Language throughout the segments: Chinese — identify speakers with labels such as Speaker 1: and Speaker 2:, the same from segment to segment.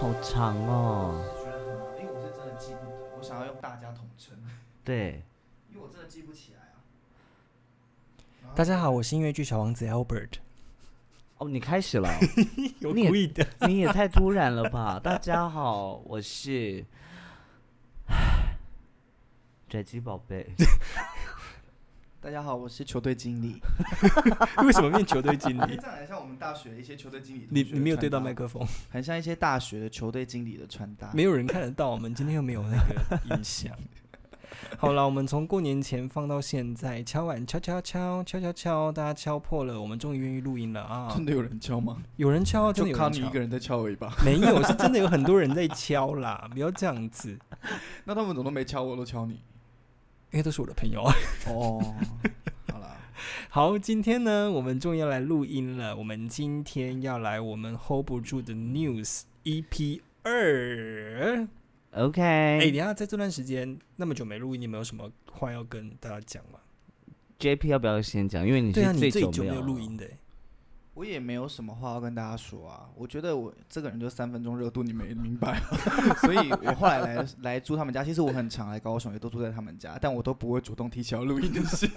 Speaker 1: 好长哦。
Speaker 2: 觉得很好，因为我是真的记不得，我想要用大家统称，
Speaker 1: 对，
Speaker 2: 因为我真的记不起来啊。
Speaker 3: 大家好，我是音乐剧小王子 Albert。
Speaker 1: 哦，你开始了 哦，
Speaker 3: 有
Speaker 1: 你也
Speaker 3: 故意的，
Speaker 1: 你也太突然了吧！大家好，我是 宅鸡宝 贝。
Speaker 2: 大家好，我是球队经理。
Speaker 3: 为什么变球队经
Speaker 2: 因为
Speaker 3: 理？
Speaker 2: 这样很像我们大学哎的一些球队经理同
Speaker 3: 你
Speaker 2: 学的
Speaker 3: 你没有对到麦
Speaker 2: 穿搭，
Speaker 3: 克风，
Speaker 2: 很像一些大学的球队经理的穿搭。
Speaker 3: 没有人看得到。我们今天又没有那个音响。 好了，我们从过年前放到现在，敲碗敲敲敲敲敲敲，大家敲破了，我们终于愿意录音了啊！
Speaker 2: 真的有人敲吗？
Speaker 3: 有人敲，真的
Speaker 2: 就
Speaker 3: 有
Speaker 2: 靠
Speaker 3: 人
Speaker 2: 你一
Speaker 3: 敲
Speaker 2: 个，人在敲尾巴。
Speaker 3: 没有是真的有很多人在敲啦，不要这样子，
Speaker 2: 那他们怎么都没敲我，都敲你？
Speaker 3: 因哎为都是我的朋友。
Speaker 2: 哦， 好啦，
Speaker 3: 好，今天呢，我们终于要来录音了。我们今天要来我们 hold 不住的 news EP 二。
Speaker 1: OK，、
Speaker 3: 哎、等一下在这段时间那么久没录音，你们有什么话要跟大家讲吗？
Speaker 1: JP 要不要先讲？因为你
Speaker 3: 对啊，
Speaker 1: 是
Speaker 3: 你最
Speaker 1: 久
Speaker 3: 久没
Speaker 1: 有
Speaker 3: 有录音的、欸，
Speaker 2: 我也没有什么话要跟大家说啊。我觉得我这个人就三分钟热度，你们也明白。啊 所以我后来来来住他们家，其实我很常来高雄，也都住在他们家，但我都不会主动提起要录音的事。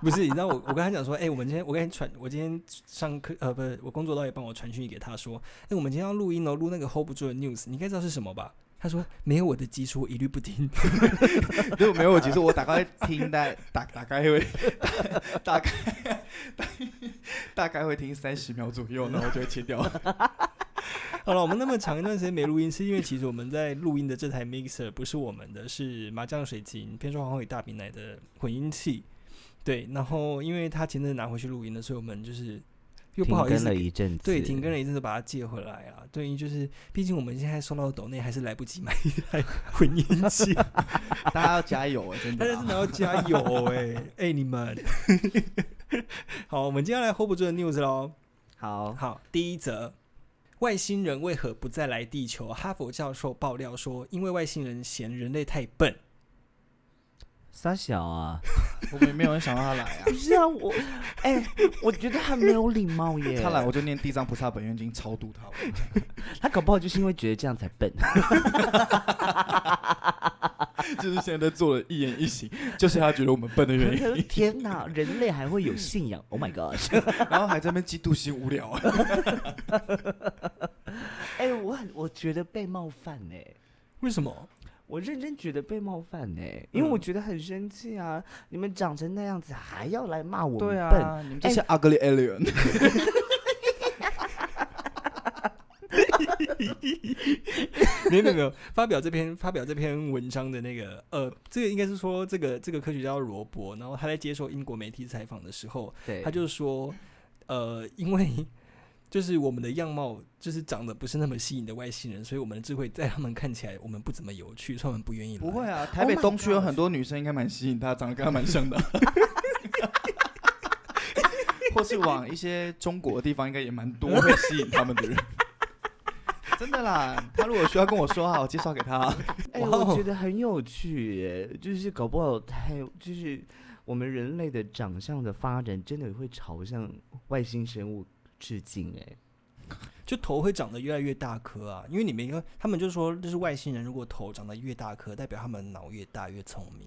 Speaker 3: 不是？你知道我，我跟他讲说，哎、我们今天我跟你传，我今天上课呃，不是，我工作到一半，我传讯息给他说，哎、我们今天要录音哦，录那个 hold 不住的 news，你应该知道是什么吧？他说没有我的基础，我一律不听。
Speaker 2: 如 果没有我，其实我大概听大大大概会 大大概 大概会听三十秒左右，然后我就会切掉。
Speaker 3: 好了，我们那么长一段时间没录音，是因为其实我们在录音的这台 mixer 不是我们的，是麻将水晶偏说皇后与大饼奶的混音器。对，然后因为他前阵子拿回去录音了，所以我们就是又不
Speaker 1: 停
Speaker 3: 好意
Speaker 1: 更
Speaker 3: 思
Speaker 1: 了一阵子，
Speaker 3: 对，停更了一阵子，把它借回来啊。对于就是，毕竟我们现在收到的抖内还是来不及买一台混音 器，
Speaker 2: 大家要加油啊！真
Speaker 3: 大
Speaker 2: 的
Speaker 3: 家
Speaker 2: 啊、
Speaker 3: 真的要加油哎、哎、你们。 好，我们接下来 hold 不住的 news 喽。
Speaker 1: 好，
Speaker 3: 好，第一则，外星人为何不再来地球？哈佛教授爆料说，因为外星人嫌人类太笨。
Speaker 1: 撒小啊，
Speaker 2: 我们也没有人想让他来 啊
Speaker 1: 不。是啊，我， 哎、我觉得他没有礼貌 耶。
Speaker 2: 他来我就念地藏菩萨本愿经超度他。我跟你讲
Speaker 1: 他搞不好就是因为觉得这样才笨。
Speaker 2: 就是现在在做的一言一行，就是他觉得我们笨的原 因，
Speaker 1: 天哪，人类还会有信仰？Oh my god！
Speaker 2: 然后还在那边嫉妒心无 聊、啊。
Speaker 1: 哎、我很我觉得被冒犯哎、
Speaker 3: 为什么？
Speaker 1: 我认真觉得被冒犯哎、因为我
Speaker 3: 嗯
Speaker 1: 觉得很生气啊！你们长成那样子还要来骂我们
Speaker 2: 对
Speaker 1: 笨，哎
Speaker 2: 啊，你们这些 ugly alien，
Speaker 3: 没有没有没 有，发表这篇发表这篇文章的那个呃，这个应该是说这个这个科学家叫罗伯，然后他在接受英国媒体采访的时候，
Speaker 1: 对，
Speaker 3: 他就说，呃，因为 就是我们的样貌就是长得不是那么吸引的外星人，所以我们的智慧在他们看起来我们不怎么有趣，所以我们不愿意来。
Speaker 2: 不会啊，台北
Speaker 1: Oh my
Speaker 2: 东区有很多女生应该蛮吸引他，长得跟他蛮 像的。或是往一些中国的地方，应该也蛮多会吸引他们 的人。真的啦，他如果需要跟我说好，我介绍给 他。
Speaker 1: 哎、
Speaker 3: 哇哦
Speaker 1: 我觉得很有趣耶、就是搞不好太就是我们人类的长相的发展真的会朝向外星生物致敬哎、
Speaker 3: 就头会长得越来越大颗啊，因为你们因为他们就说，就是外星人如果头长得越大颗，代表他们脑越大越聪明。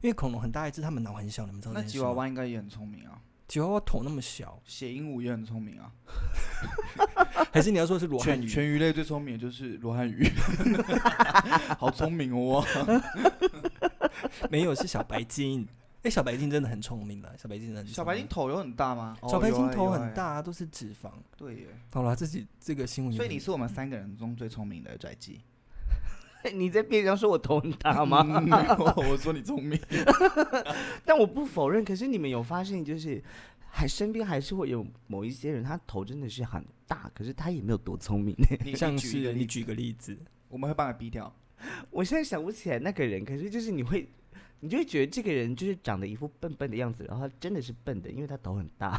Speaker 3: 因为恐龙很大一只，他们脑很小，你们知道
Speaker 2: 那
Speaker 3: 这件
Speaker 2: 吉
Speaker 3: 事
Speaker 2: 娃
Speaker 3: 吗，
Speaker 2: 娃应该也很聪明啊，
Speaker 3: 吉娃娃头那么小，
Speaker 2: 血鹦鹉也很聪明啊，啊
Speaker 3: 还是你要说是罗汉
Speaker 2: 全
Speaker 3: 鱼？
Speaker 2: 全鱼类最聪明的就是罗汉 鱼，好聪明哦。
Speaker 3: 没有，是小白鲸。哎、小白鲸真的很聪明啊，小白鲸真的很
Speaker 2: 小
Speaker 3: 聪
Speaker 2: 白
Speaker 3: 明
Speaker 2: 鲸头有很大吗？哦
Speaker 3: 小白鲸头
Speaker 2: 有啊有啊
Speaker 3: 很大
Speaker 2: 有啊
Speaker 3: 啊、都是脂肪。
Speaker 2: 对耶。
Speaker 3: 好啦，自己这个新闻有
Speaker 2: 所以
Speaker 3: 点
Speaker 2: 你是我们三个人中最聪明的宅基。
Speaker 1: 你在变相说我头很大吗？
Speaker 2: 嗯 我我说你聪明，
Speaker 1: 但我不否认，可是你们有发现就是。还身边还是会有某一些人，他头真的是很大，可是他也没有多聪明。
Speaker 2: 你
Speaker 3: 像
Speaker 2: 你举一个
Speaker 3: 是你
Speaker 2: 例
Speaker 3: 举
Speaker 2: 子
Speaker 3: 个例 子，
Speaker 2: 我们会帮你逼掉。
Speaker 1: 我现在想不起来那个人，可是就是你会，你就会觉得这个人就是长得一副笨笨的样子，然后他真的是笨的，因为他头很大。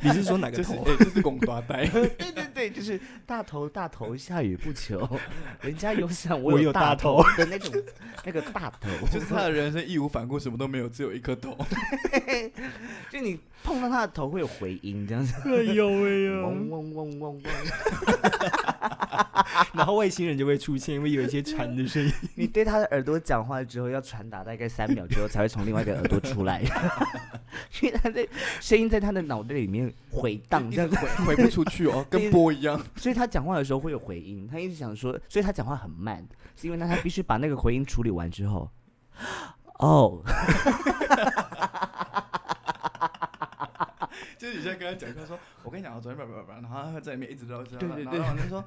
Speaker 3: 你是说哪个
Speaker 2: 这是
Speaker 3: 头？
Speaker 2: 哎，这是拱大 呆，
Speaker 1: 对对对，就是大头大头，下雨不求， 人家有伞，
Speaker 3: 我有
Speaker 1: 有
Speaker 3: 大
Speaker 1: 头的那种， 那个大头，
Speaker 2: 就是他的人生义无反顾，什么都没有，只有一颗 头。
Speaker 1: 就你碰到他的头会有回音这样子，
Speaker 3: 哎呦喂
Speaker 1: 嗡
Speaker 3: 呦！
Speaker 1: 嗡嗡嗡嗡，
Speaker 3: 然后外星人就会出现，因为有一些蝉的声音。
Speaker 1: 你对他的耳朵讲话之后，要传达大概三秒之后才会从另外一个耳朵出来，因为他的声音在他的脑袋里面回荡这样子，
Speaker 2: 回回不出去 哦，跟波一样。
Speaker 1: 所以他讲话的时候会有回音。他一直想说，所以他讲话很慢，是因为他他必须把那个回音处理完之后，哦，
Speaker 2: 就是你现在跟他讲，他说我跟你讲，我昨天叭叭叭，然后他会在里面一直绕圈，
Speaker 1: 对对
Speaker 2: 然
Speaker 1: 对
Speaker 2: 后我就说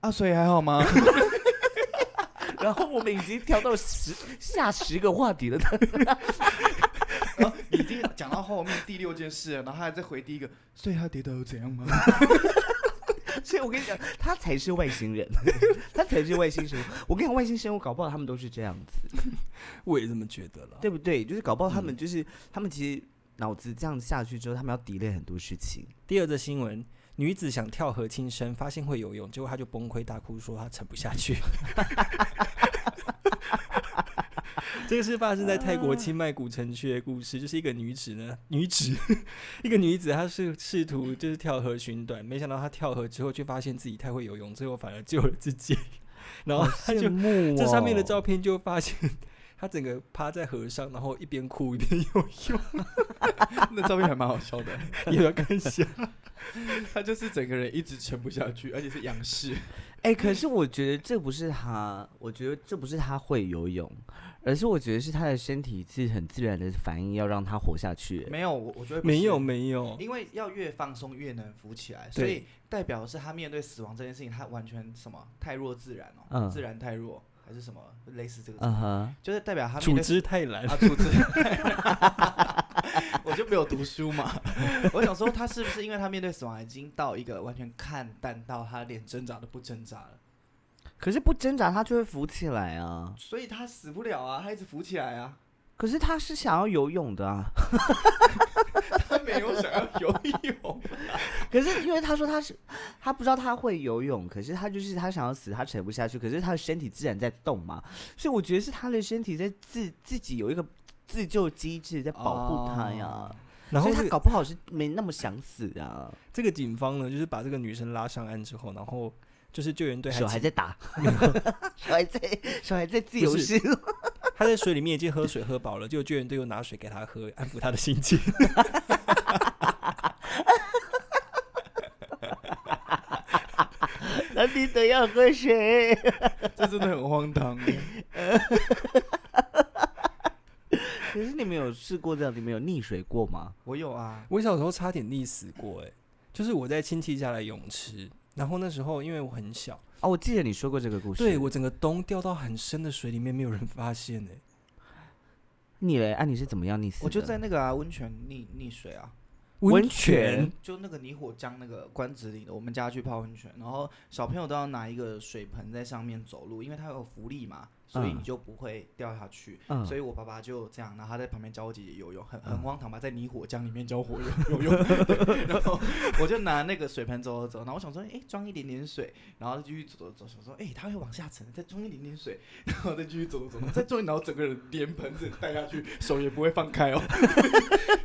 Speaker 2: 啊，所以还好吗？
Speaker 1: 然后我们已经挑到十下十个话题了，他
Speaker 2: 然后哦已经讲到后面第六件事了，然后他还在回第一个，所以他跌倒又怎样吗？
Speaker 1: 所以我跟你讲，他才是外星人， 他才是外星生物。我跟你讲，外星生物搞不好他们都是这样子，
Speaker 3: 我也这么觉得了。
Speaker 1: 对不对？就是搞不好他
Speaker 3: 嗯
Speaker 1: 们就是、他们其实脑子这样下去之后，他们要抵赖很多事 情。
Speaker 3: 第二则新闻，女子想跳河轻生，发现会游泳，结果她就崩溃大哭，说她沉不下去。 这个是发生在泰国清迈古城区的故事，就是一个女子呢，女子，一个女子，她是试图就是跳河寻短，没想到她跳河之后，却发现自己太会游泳，最后反而救了自己。 然后她就、
Speaker 1: 慕哦
Speaker 3: 这上面的照片就发现，她整个趴在河上，然后一边哭一边游
Speaker 2: 那照片还蛮好笑的，
Speaker 3: 泳，也要看一下。
Speaker 2: 他就是整个人一直沉不下去，而且是仰视。
Speaker 1: 哎、可是我觉得这不是他，我觉得这不是他会游泳，而是我觉得是他的身体是很自然的反应，要让他活下去。
Speaker 2: 没有，我我觉得不是哎
Speaker 3: 没有，没有，
Speaker 2: 因为要越放松越能浮起来，
Speaker 3: 哦对
Speaker 2: 所以代表是他面对死亡这件事情，他完全什么太弱自然哦，
Speaker 1: 嗯
Speaker 2: 自然太弱还是什么类似这个词，
Speaker 1: 嗯哼，
Speaker 2: 就是代表他面
Speaker 3: 处
Speaker 2: 对
Speaker 3: 之泰然。
Speaker 2: 啊，组织。 我就没有读书嘛， 我想说他是不是因为他面对死亡已经到一个完全看淡到他连挣扎都不挣扎了，
Speaker 1: 可是不挣扎他就会浮起来啊。
Speaker 2: 所以他死不了啊，他一直浮起来啊，
Speaker 1: 可是他是想要游泳的啊，
Speaker 2: 他没有想要游泳，
Speaker 1: 可是因为他说他是他不知道他会游泳，可是他就是他想要死，他沉不下去，可是他的身体自然在动嘛，所以我觉得是他的身体在自自己有一个自救机制在保护他呀，
Speaker 2: 哦
Speaker 3: 然后
Speaker 1: 所
Speaker 3: 这
Speaker 1: 以他
Speaker 3: 个
Speaker 1: 搞不好是没那么想死啊，
Speaker 3: 这个警方呢，就是把这个女生拉上岸之后，然后就是救援队
Speaker 1: 手还
Speaker 3: 在
Speaker 1: 在打，手还在手还在自由
Speaker 3: 不是
Speaker 1: 式，
Speaker 3: 她在水里面已经喝水喝饱了，就救援队又拿水给她喝，安抚她的心情。
Speaker 1: 那你得要喝水。
Speaker 2: 这真的很
Speaker 3: 啊
Speaker 2: 荒唐啊耶。
Speaker 1: 可是你们有试过这样，你们有溺水过吗？
Speaker 2: 我有啊，
Speaker 3: 我小时候差点溺死过、欸，就是我在亲戚家的泳池，然后那时候因为我很小，
Speaker 1: 哦，我记得你说过这个故事。
Speaker 3: 对我整个咚掉到很深的水里面，没有人发现、欸，
Speaker 1: 你嘞？啊，你是怎么样溺死的？
Speaker 2: 我就在那个啊温泉溺溺水啊，
Speaker 1: 温
Speaker 3: 泉
Speaker 1: 泉
Speaker 2: 就那个泥火江那个关子岭的，我们家去泡温泉，然后小朋友都要拿一个水盆在上面走路，因为它有浮力嘛，所以
Speaker 1: 嗯
Speaker 2: 你就不会掉下去。
Speaker 1: 嗯
Speaker 2: 所以我爸爸就这样，然后他在旁边教我姐姐游泳，很很荒唐吧，在泥火江里面教火游游泳。 对然后我就拿那个水盆走走走，然后我想说，哎，装一点点水，然后就继续走走走，想说，哎，它会往下沉，再装一点点水，然后再继续走走走，再装一，然后整个人连盆子带下去，手也不会放开哦。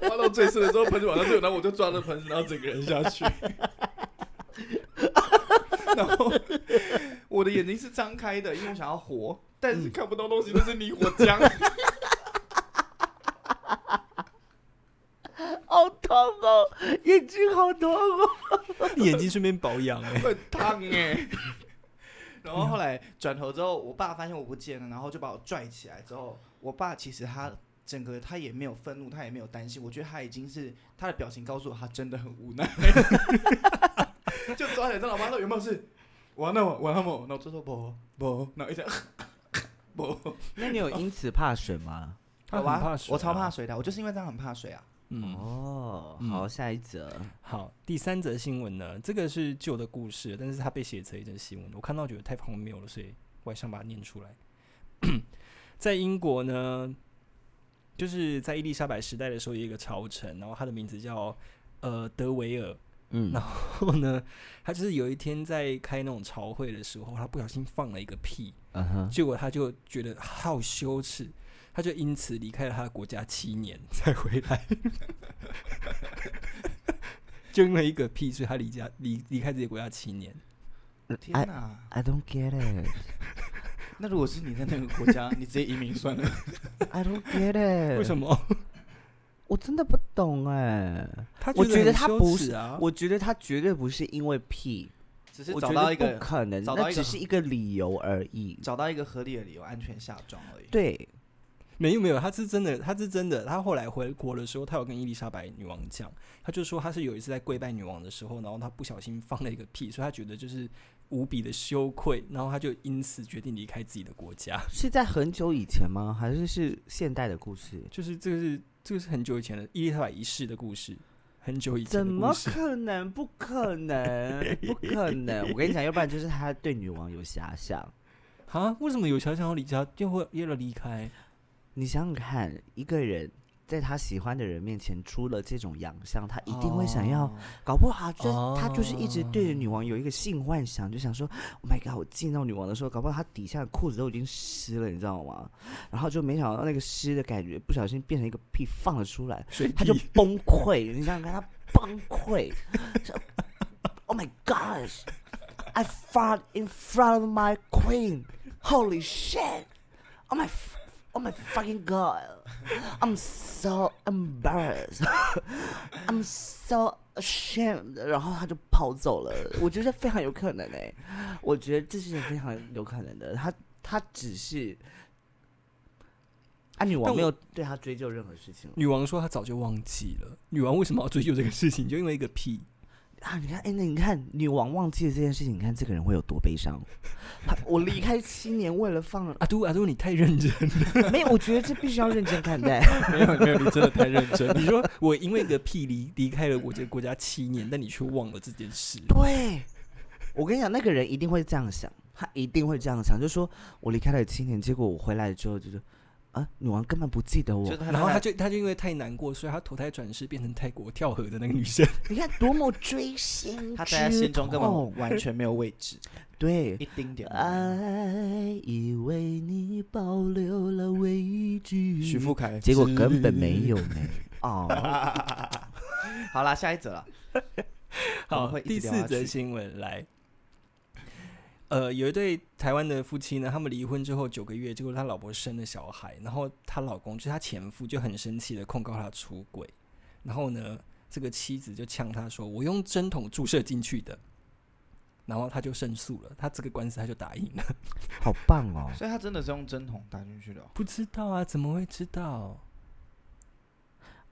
Speaker 2: 挖到最深的时候，盆子往上坠，然后我就抓着盆子，然后整个人下去。 然后我的眼睛是张开的，因为我想要活，但是看不到东西，那是泥火浆。
Speaker 1: 好痛哦，眼睛好痛哦。
Speaker 3: 眼睛顺便保养、 欸，
Speaker 2: 很烫哎、 然后后来转头之后，我爸发现我不见了，然后就把我拽起来。之后，我爸其实他整个他也没有愤怒，他也没有担心，我觉得他已经是他的表情告诉我他真的很无奈。 就抓起来，张老妈说有没有事？完了完了么？然后我就说不不，然后一直 不。
Speaker 1: 那你有因此怕水吗？
Speaker 3: 他很
Speaker 2: 好吧
Speaker 3: 怕水啊
Speaker 2: 我超怕水的，我就是因为这样很怕水啊。
Speaker 3: 嗯，
Speaker 1: 哦，
Speaker 3: 嗯
Speaker 1: 好，下一则，
Speaker 3: 好，第三则新闻呢，这个是旧的故事，但是它被写成一则新闻，我看到觉得太荒谬了，所以我还想把它念出来。 在英国呢，就是在伊丽莎白时代的时候，有一个朝臣，然后他的名字叫呃德维尔，
Speaker 1: 嗯
Speaker 3: 那然后呢，他就是有一天在开那种朝会的时候，他不小心放了一个屁，
Speaker 1: 嗯哼，
Speaker 3: 结果他就觉得好羞耻，他就因此离开了他的国家七年 才回来，就因为一个屁，所以他离家离离开自己的国家七年。
Speaker 2: 天哪！
Speaker 1: I don't get it.
Speaker 2: 那如果是你在那个国家，你直接移民 算了。
Speaker 1: I don't get it.
Speaker 3: 为什
Speaker 1: 么？
Speaker 3: 么？
Speaker 1: 我真的不懂哎、
Speaker 3: 他
Speaker 1: 我觉
Speaker 3: 很
Speaker 1: 得他
Speaker 3: 羞
Speaker 1: 不
Speaker 3: 耻
Speaker 1: 是
Speaker 3: 啊，
Speaker 1: 我觉得他绝对不是因为屁，
Speaker 2: 只是
Speaker 1: 我
Speaker 2: 找
Speaker 1: 觉
Speaker 2: 到
Speaker 1: 得
Speaker 2: 一
Speaker 1: 不
Speaker 2: 个
Speaker 1: 可能，
Speaker 2: 找到
Speaker 1: 那
Speaker 2: 一
Speaker 1: 只
Speaker 2: 个
Speaker 1: 是一个理由而已。
Speaker 2: 找到一个合理的理由，安全下装而已。
Speaker 1: 对，
Speaker 3: 没有没有，他是真的，他是真的。他后来回国的时候，他有跟伊丽莎白女王讲，他就说他是有一次在跪拜女王的时候，然后他不小心放了一个屁，所以他觉得就是无比的羞愧，然后他就因此决定离开自己的国家。
Speaker 1: 是在很久以前吗？还是是现代的故事？
Speaker 3: 就是这个是这个是很久以前的伊丽莎白一世的故事，很久以前
Speaker 1: 怎
Speaker 3: 的故
Speaker 1: 么
Speaker 3: 事。
Speaker 1: 可能？不可能，不可 能！我跟你讲，要不然就是他对女王有遐想。
Speaker 3: 啊？为什么有想想要离家，又会又要离开？
Speaker 1: 你想想看，一个人在他喜欢的人面前出了这种洋相，他一定会想要，
Speaker 2: 哦
Speaker 1: 搞不好就、他就是一直对着女王有一个性幻想，就想说，Oh my god！我见到女王的时候，搞不好他底下的裤子都已经湿了，你知道吗？然后就没想到那个湿的感觉，不小心变成一个屁放了出来，
Speaker 3: 水
Speaker 1: 他就崩溃。你想想看，他崩溃，Oh my gosh！I fart in front of my queen. Holy shit! Oh my, f- oh my fucking god! I'm so embarrassed. I'm so ashamed. 然后他就跑走了，我觉得非常有可能哎、我觉得这是非常有可能的。他他只是，啊，女
Speaker 3: 但
Speaker 1: 王
Speaker 3: 我
Speaker 1: 没有对他追究任何事情了
Speaker 3: 女王说她早就忘记了。女王为什么要追究这个事情？就因为一个屁。
Speaker 1: 啊！你看，哎，那你看女王忘记了这件事情，你看这个人会有多悲伤。他我离开七年，为了放
Speaker 3: 阿杜阿杜，你太认真了。
Speaker 1: 没有，我觉得这必须要认真看待。
Speaker 2: 没有没有，你真的太认真。
Speaker 3: 你说我因为一个屁离离开了我这个国家七年，但你却忘了这件 事。
Speaker 1: 对，我跟你讲，那个人一定会这样想，他一定会这样想，就说我离开了七年，结果我回来之后就是，啊，女王根本不记得
Speaker 2: 就
Speaker 1: 我
Speaker 2: 是，他
Speaker 3: 然后他
Speaker 2: 他
Speaker 3: 就他就因为太难过，所以他投胎转世变成泰国跳河的那个女生。
Speaker 1: 你看多么追 星，
Speaker 2: 他在他心中根本完全没有位 置，
Speaker 1: 对
Speaker 2: 一。丁点都没有。
Speaker 3: 呃
Speaker 1: 爱已为你保留了位置，
Speaker 2: 徐富凯，
Speaker 1: 结果根本没。有 呢。哦，
Speaker 2: 好啦，下 一则了。我们
Speaker 3: 好，
Speaker 2: 会一
Speaker 3: 第
Speaker 2: 直聊
Speaker 3: 四
Speaker 2: 下
Speaker 3: 则
Speaker 2: 去
Speaker 3: 新闻来。呃，有一对台湾的夫妻呢，他们离婚之后九个月，结果他老婆生了小孩，然后她老公就是她前夫就很生气的控告她出轨，然后呢，这个妻子就呛他说：“我用针筒注射进去的。”然后他就胜诉了，他这个官司他就打赢了。
Speaker 1: 好棒哦！
Speaker 2: 所以他真的是用针筒打进去的哦、
Speaker 3: 不知道啊，怎么会知道？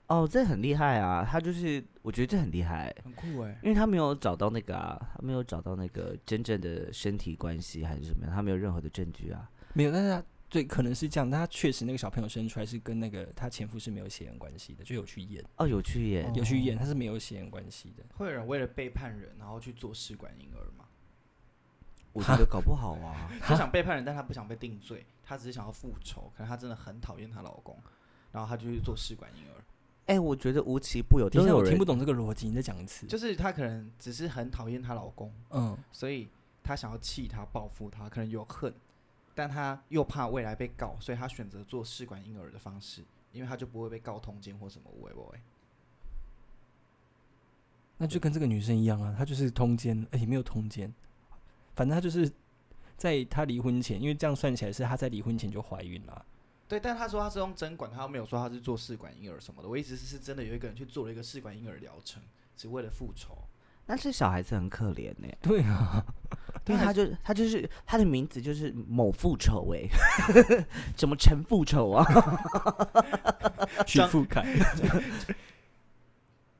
Speaker 1: 哦，这很厉害啊！他就是，我觉得这很厉害，
Speaker 2: 很酷哎、
Speaker 1: 因为他没有找到那个啊，他没有找到那个真正的身体关系还是什么样，他没有任何的证据啊。
Speaker 3: 没有，但是他对可能是这样，但他确实那个小朋友生出来是跟那个他前夫是没有血缘关系的，就有去验，
Speaker 1: 哦，有趣耶！
Speaker 3: 有去验，他是没有血缘关系的。
Speaker 2: 会有人为了背叛人，然后去做试管婴儿吗？
Speaker 1: 我觉得搞不好 啊，
Speaker 2: 他想背叛人，但他不想被定罪，他只是想要复仇。可能他真的很讨厌她老公，然后他就去做试管婴儿。
Speaker 1: 哎、我觉得无奇不有，
Speaker 3: 等
Speaker 1: 都
Speaker 3: 一下，
Speaker 1: 有
Speaker 3: 我
Speaker 1: 人
Speaker 3: 听不懂这个逻辑，你再讲一次。
Speaker 2: 就是她可能只是很讨厌她老公，
Speaker 3: 嗯，
Speaker 2: 所以她想要气他、报复他，可能有恨，但她又怕未来被告，所以她选择做试管婴儿的方式，因为她就不会被告通奸或什么喂喂。
Speaker 3: 那就跟这个女生一样啊，她就是通奸，哎、也没有通奸，反正她就是在她离婚前，因为这样算起来是她在离婚前就怀孕了。啊
Speaker 2: 对，但她说她是用针管，她又没有说她是做试管婴儿什么的。我一直是真的有一个人去做了一个试管婴儿疗程，只为了复仇。
Speaker 1: 那这小孩子很可怜呢、
Speaker 3: 对啊，
Speaker 1: 因为他就他就是他的名字就是某复仇哎、 怎么陈复仇啊？
Speaker 3: 徐富凯，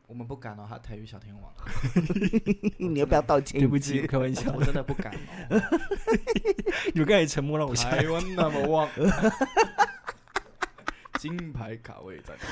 Speaker 2: 我们不敢哦，他台语小 天王，
Speaker 1: 你要不要道歉？
Speaker 3: 对不起，，开玩笑
Speaker 2: 我，真的不敢哦。
Speaker 3: 你们刚才沉默 哦让我
Speaker 1: 啊
Speaker 3: 吓。
Speaker 2: 台湾那么旺，金牌卡位在。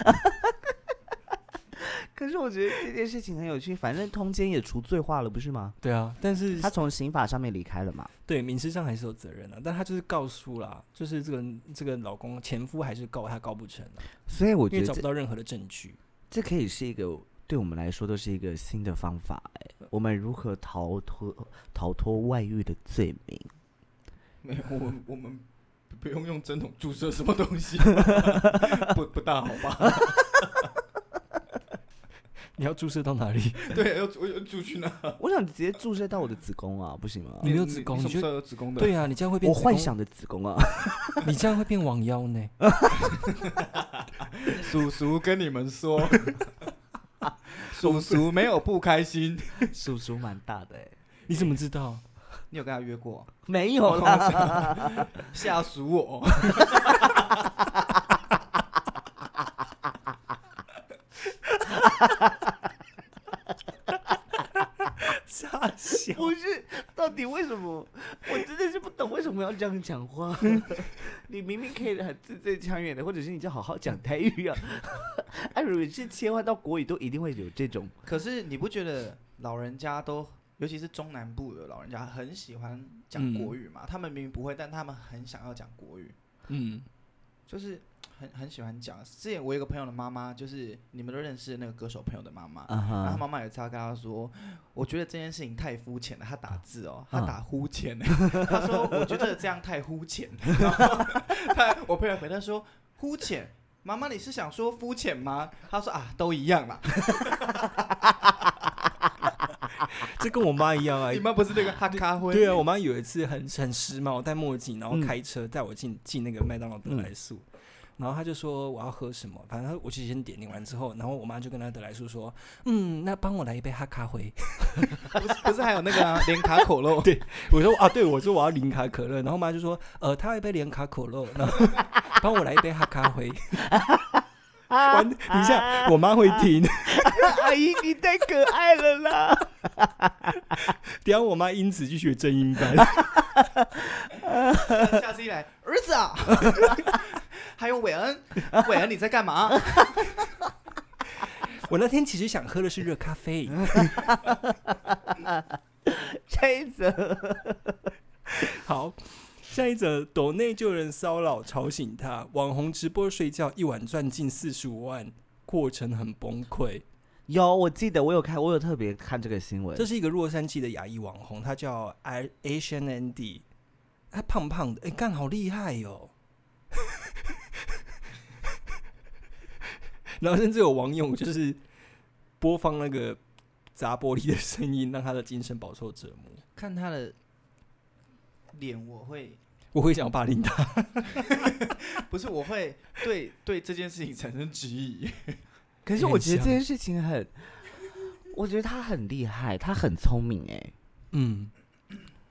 Speaker 1: 可是我觉得这件事情很有趣，反正通奸也除罪化了，不是吗？
Speaker 3: 对啊，但是
Speaker 1: 他从刑法上面离开了嘛？
Speaker 3: 对民事上还是有责任的、啊但他就是告诉啦，就是这个这个老公前夫还是告他告不成啊、
Speaker 1: 所以我
Speaker 3: 因
Speaker 1: 觉
Speaker 3: 为
Speaker 1: 得
Speaker 3: 找
Speaker 1: 这
Speaker 3: 不到任何的证据。
Speaker 1: 这可以是一个对我们来说都是一个新的方法、哎，我们如何逃脱逃脱外遇的罪名？
Speaker 2: 没有，我们我们不用用针筒注射什么东 西，不不大好吧？
Speaker 3: 你要注射到哪里？
Speaker 2: 对，要我要注去哪？
Speaker 1: 我想直接注射到我的子宫啊，不行吗？
Speaker 3: 你没有子宫
Speaker 2: 你
Speaker 3: 你
Speaker 2: 什么
Speaker 3: 就
Speaker 2: 时候有子宫的？
Speaker 3: 对啊，你这样会变
Speaker 1: 我
Speaker 3: 子
Speaker 1: 幻
Speaker 3: 宫，
Speaker 1: 想的子宫啊，
Speaker 3: 你这样会变网妖呢。
Speaker 2: 叔叔跟你 们说，叔叔没有不开心。
Speaker 1: 叔叔蛮大的哎、
Speaker 3: 你怎么知道？
Speaker 2: 你有跟他约 过？
Speaker 1: 没有啦，
Speaker 2: 吓死我！
Speaker 3: 傻笑
Speaker 1: 不是，到底为什么？我真的是不懂为什么要这样讲 话。你明明可以很字正腔圆的，或者是你就好好讲台语啊。 哎，如果是切换到国语，都一定会有这种
Speaker 2: 可是你不觉得老人家都，尤其是中南部的老人家，很喜欢讲国语嘛？他们明明不会，但他们很想要讲国语，
Speaker 3: 嗯，
Speaker 2: 就是很很喜欢讲。之前我有一个朋友的妈妈，就是你们都认识的那个歌手朋友的妈妈。
Speaker 1: 啊
Speaker 2: 然后他
Speaker 1: 哈。
Speaker 2: 妈妈有一次要跟他说，我觉得这件事情太肤浅了。他打字哦，他
Speaker 1: 嗯
Speaker 2: 打肤浅。 他说我觉得这样太肤浅。 然后他 我朋友回他说肤浅，妈妈你是想说肤浅吗？他说啊都一样啦，
Speaker 3: 这跟我妈一样啊
Speaker 2: 哎你。们不是那个哈咖啡？
Speaker 3: 对啊，我妈有一次很很时髦，戴墨镜，然后开车带我进进那个麦当劳德莱素，然后她就说我要喝什么，反正她我就先点，点完之后，然后我妈就跟她德莱素说，嗯，那帮我来一杯哈咖啡。
Speaker 2: 不是不是还有那个啊 连卡口肉？
Speaker 3: 我说啊，对，我说我要零卡可乐，然后我妈就说，呃，她要一杯零卡可乐，然 后帮我来一杯哈咖啡。完，等一下，我妈会听。
Speaker 1: 阿姨，你太可爱了啦！
Speaker 3: 等一下我妈因此去学正音班。
Speaker 2: 下次一来，儿子啊， 还有韦恩，韦恩你在干 嘛？
Speaker 3: 我那天其实想喝的是热咖啡，
Speaker 1: 下一则，
Speaker 3: 好，下一则抖内就人骚扰吵醒他，网红直播睡觉一晚赚近四十五万，过程很崩溃。
Speaker 1: 有我记得我有看，我有特别看这个新闻
Speaker 3: 这。是一个洛杉矶的亚裔网红，他叫 I- Asian Andy，他胖胖的，哎、干好厉害哦哟、 然后甚至有网友就是播放那个砸玻璃的声音，让他的精神饱受折磨。
Speaker 2: 看他的脸，我会
Speaker 3: 我会想要霸凌他，
Speaker 2: 不是我会对 对这件事情产生质疑。
Speaker 1: 可是
Speaker 3: 有点
Speaker 1: 我觉得这
Speaker 3: 像
Speaker 1: 件事情很，我觉得他很厉害，他很聪明哎、
Speaker 3: 嗯。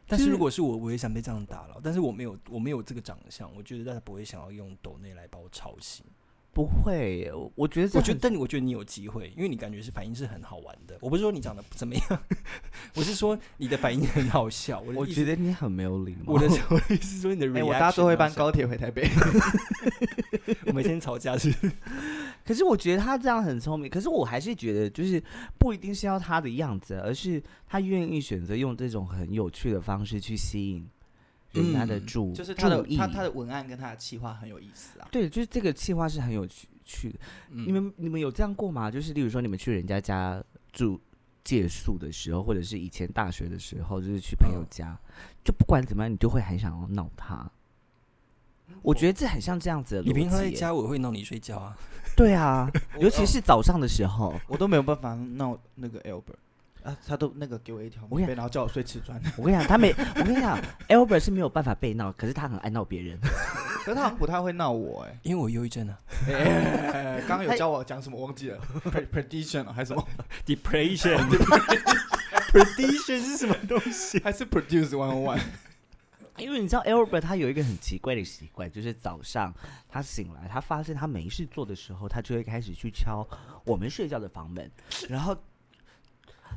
Speaker 3: 但
Speaker 1: 就是是
Speaker 3: 如果是我，我也想被这样打扰，但是我没有，我没有这个长相，我觉得大家不会想要用抖内来把我吵醒。
Speaker 1: 不会，我我觉得这
Speaker 3: 我觉得，
Speaker 1: 很
Speaker 3: 但我觉得你有机会，因为你感觉是反应是很好玩的。我不是说你长得不怎么样， 我是说你的反应很好笑。我
Speaker 1: 我觉
Speaker 3: 得
Speaker 1: 得你很没有礼貌。
Speaker 3: 我的我的意思是说你的 reaction 很好
Speaker 2: 哎、
Speaker 3: 笑。
Speaker 2: 我搭最后一班高铁回台北，
Speaker 3: 我每天吵架是
Speaker 1: 可是我觉得他这样很聪明，可是我还是觉得就是不一定是要他的样子，而是他愿意选择用这种很有趣的方式去吸引人家的
Speaker 3: 嗯
Speaker 1: 注、
Speaker 2: 就是他的
Speaker 1: 注意
Speaker 2: 他他的文案跟他的企划很有意思啊。
Speaker 1: 对，就是这个计划是很有趣趣的。你们你们有这样过吗？就是例如说你们去人家家住借宿的时候，或者是以前大学的时候，就是去朋友
Speaker 3: 嗯
Speaker 1: 家，就不管怎么样，你就会很想要闹他。我觉得这很像这样子的
Speaker 3: 你
Speaker 1: 逻
Speaker 3: 平常在
Speaker 1: 辑耶
Speaker 3: 家我也会闹你睡觉啊。
Speaker 1: 对啊，
Speaker 2: 我
Speaker 1: 尤其
Speaker 2: 哦
Speaker 1: 是早上的时候，
Speaker 2: 我都没有办法闹那个 Albert 啊，他都那个给我一条
Speaker 1: 我跟
Speaker 2: 棉
Speaker 1: 你
Speaker 2: 被，然后叫我睡瓷砖，
Speaker 1: 我跟你讲，他没，我跟你讲，Albert 是没有办法被闹，可是他很爱闹别 人。
Speaker 2: 可是他好像不太会闹我哎、
Speaker 3: 因为我忧郁症啊
Speaker 2: 哎哎哎 哎刚刚有
Speaker 1: 他
Speaker 2: 教我讲什么忘记 了 Pre-，prediction 啊还是什么，
Speaker 3: ，depression，prediction 是什么东西？
Speaker 2: 还是 produce one one，
Speaker 1: 因为你知道 Albert 他有一个很奇怪的习惯，就是早上他醒来，他发现他没事做的时候，他就会开始去敲我们睡觉的房门，然后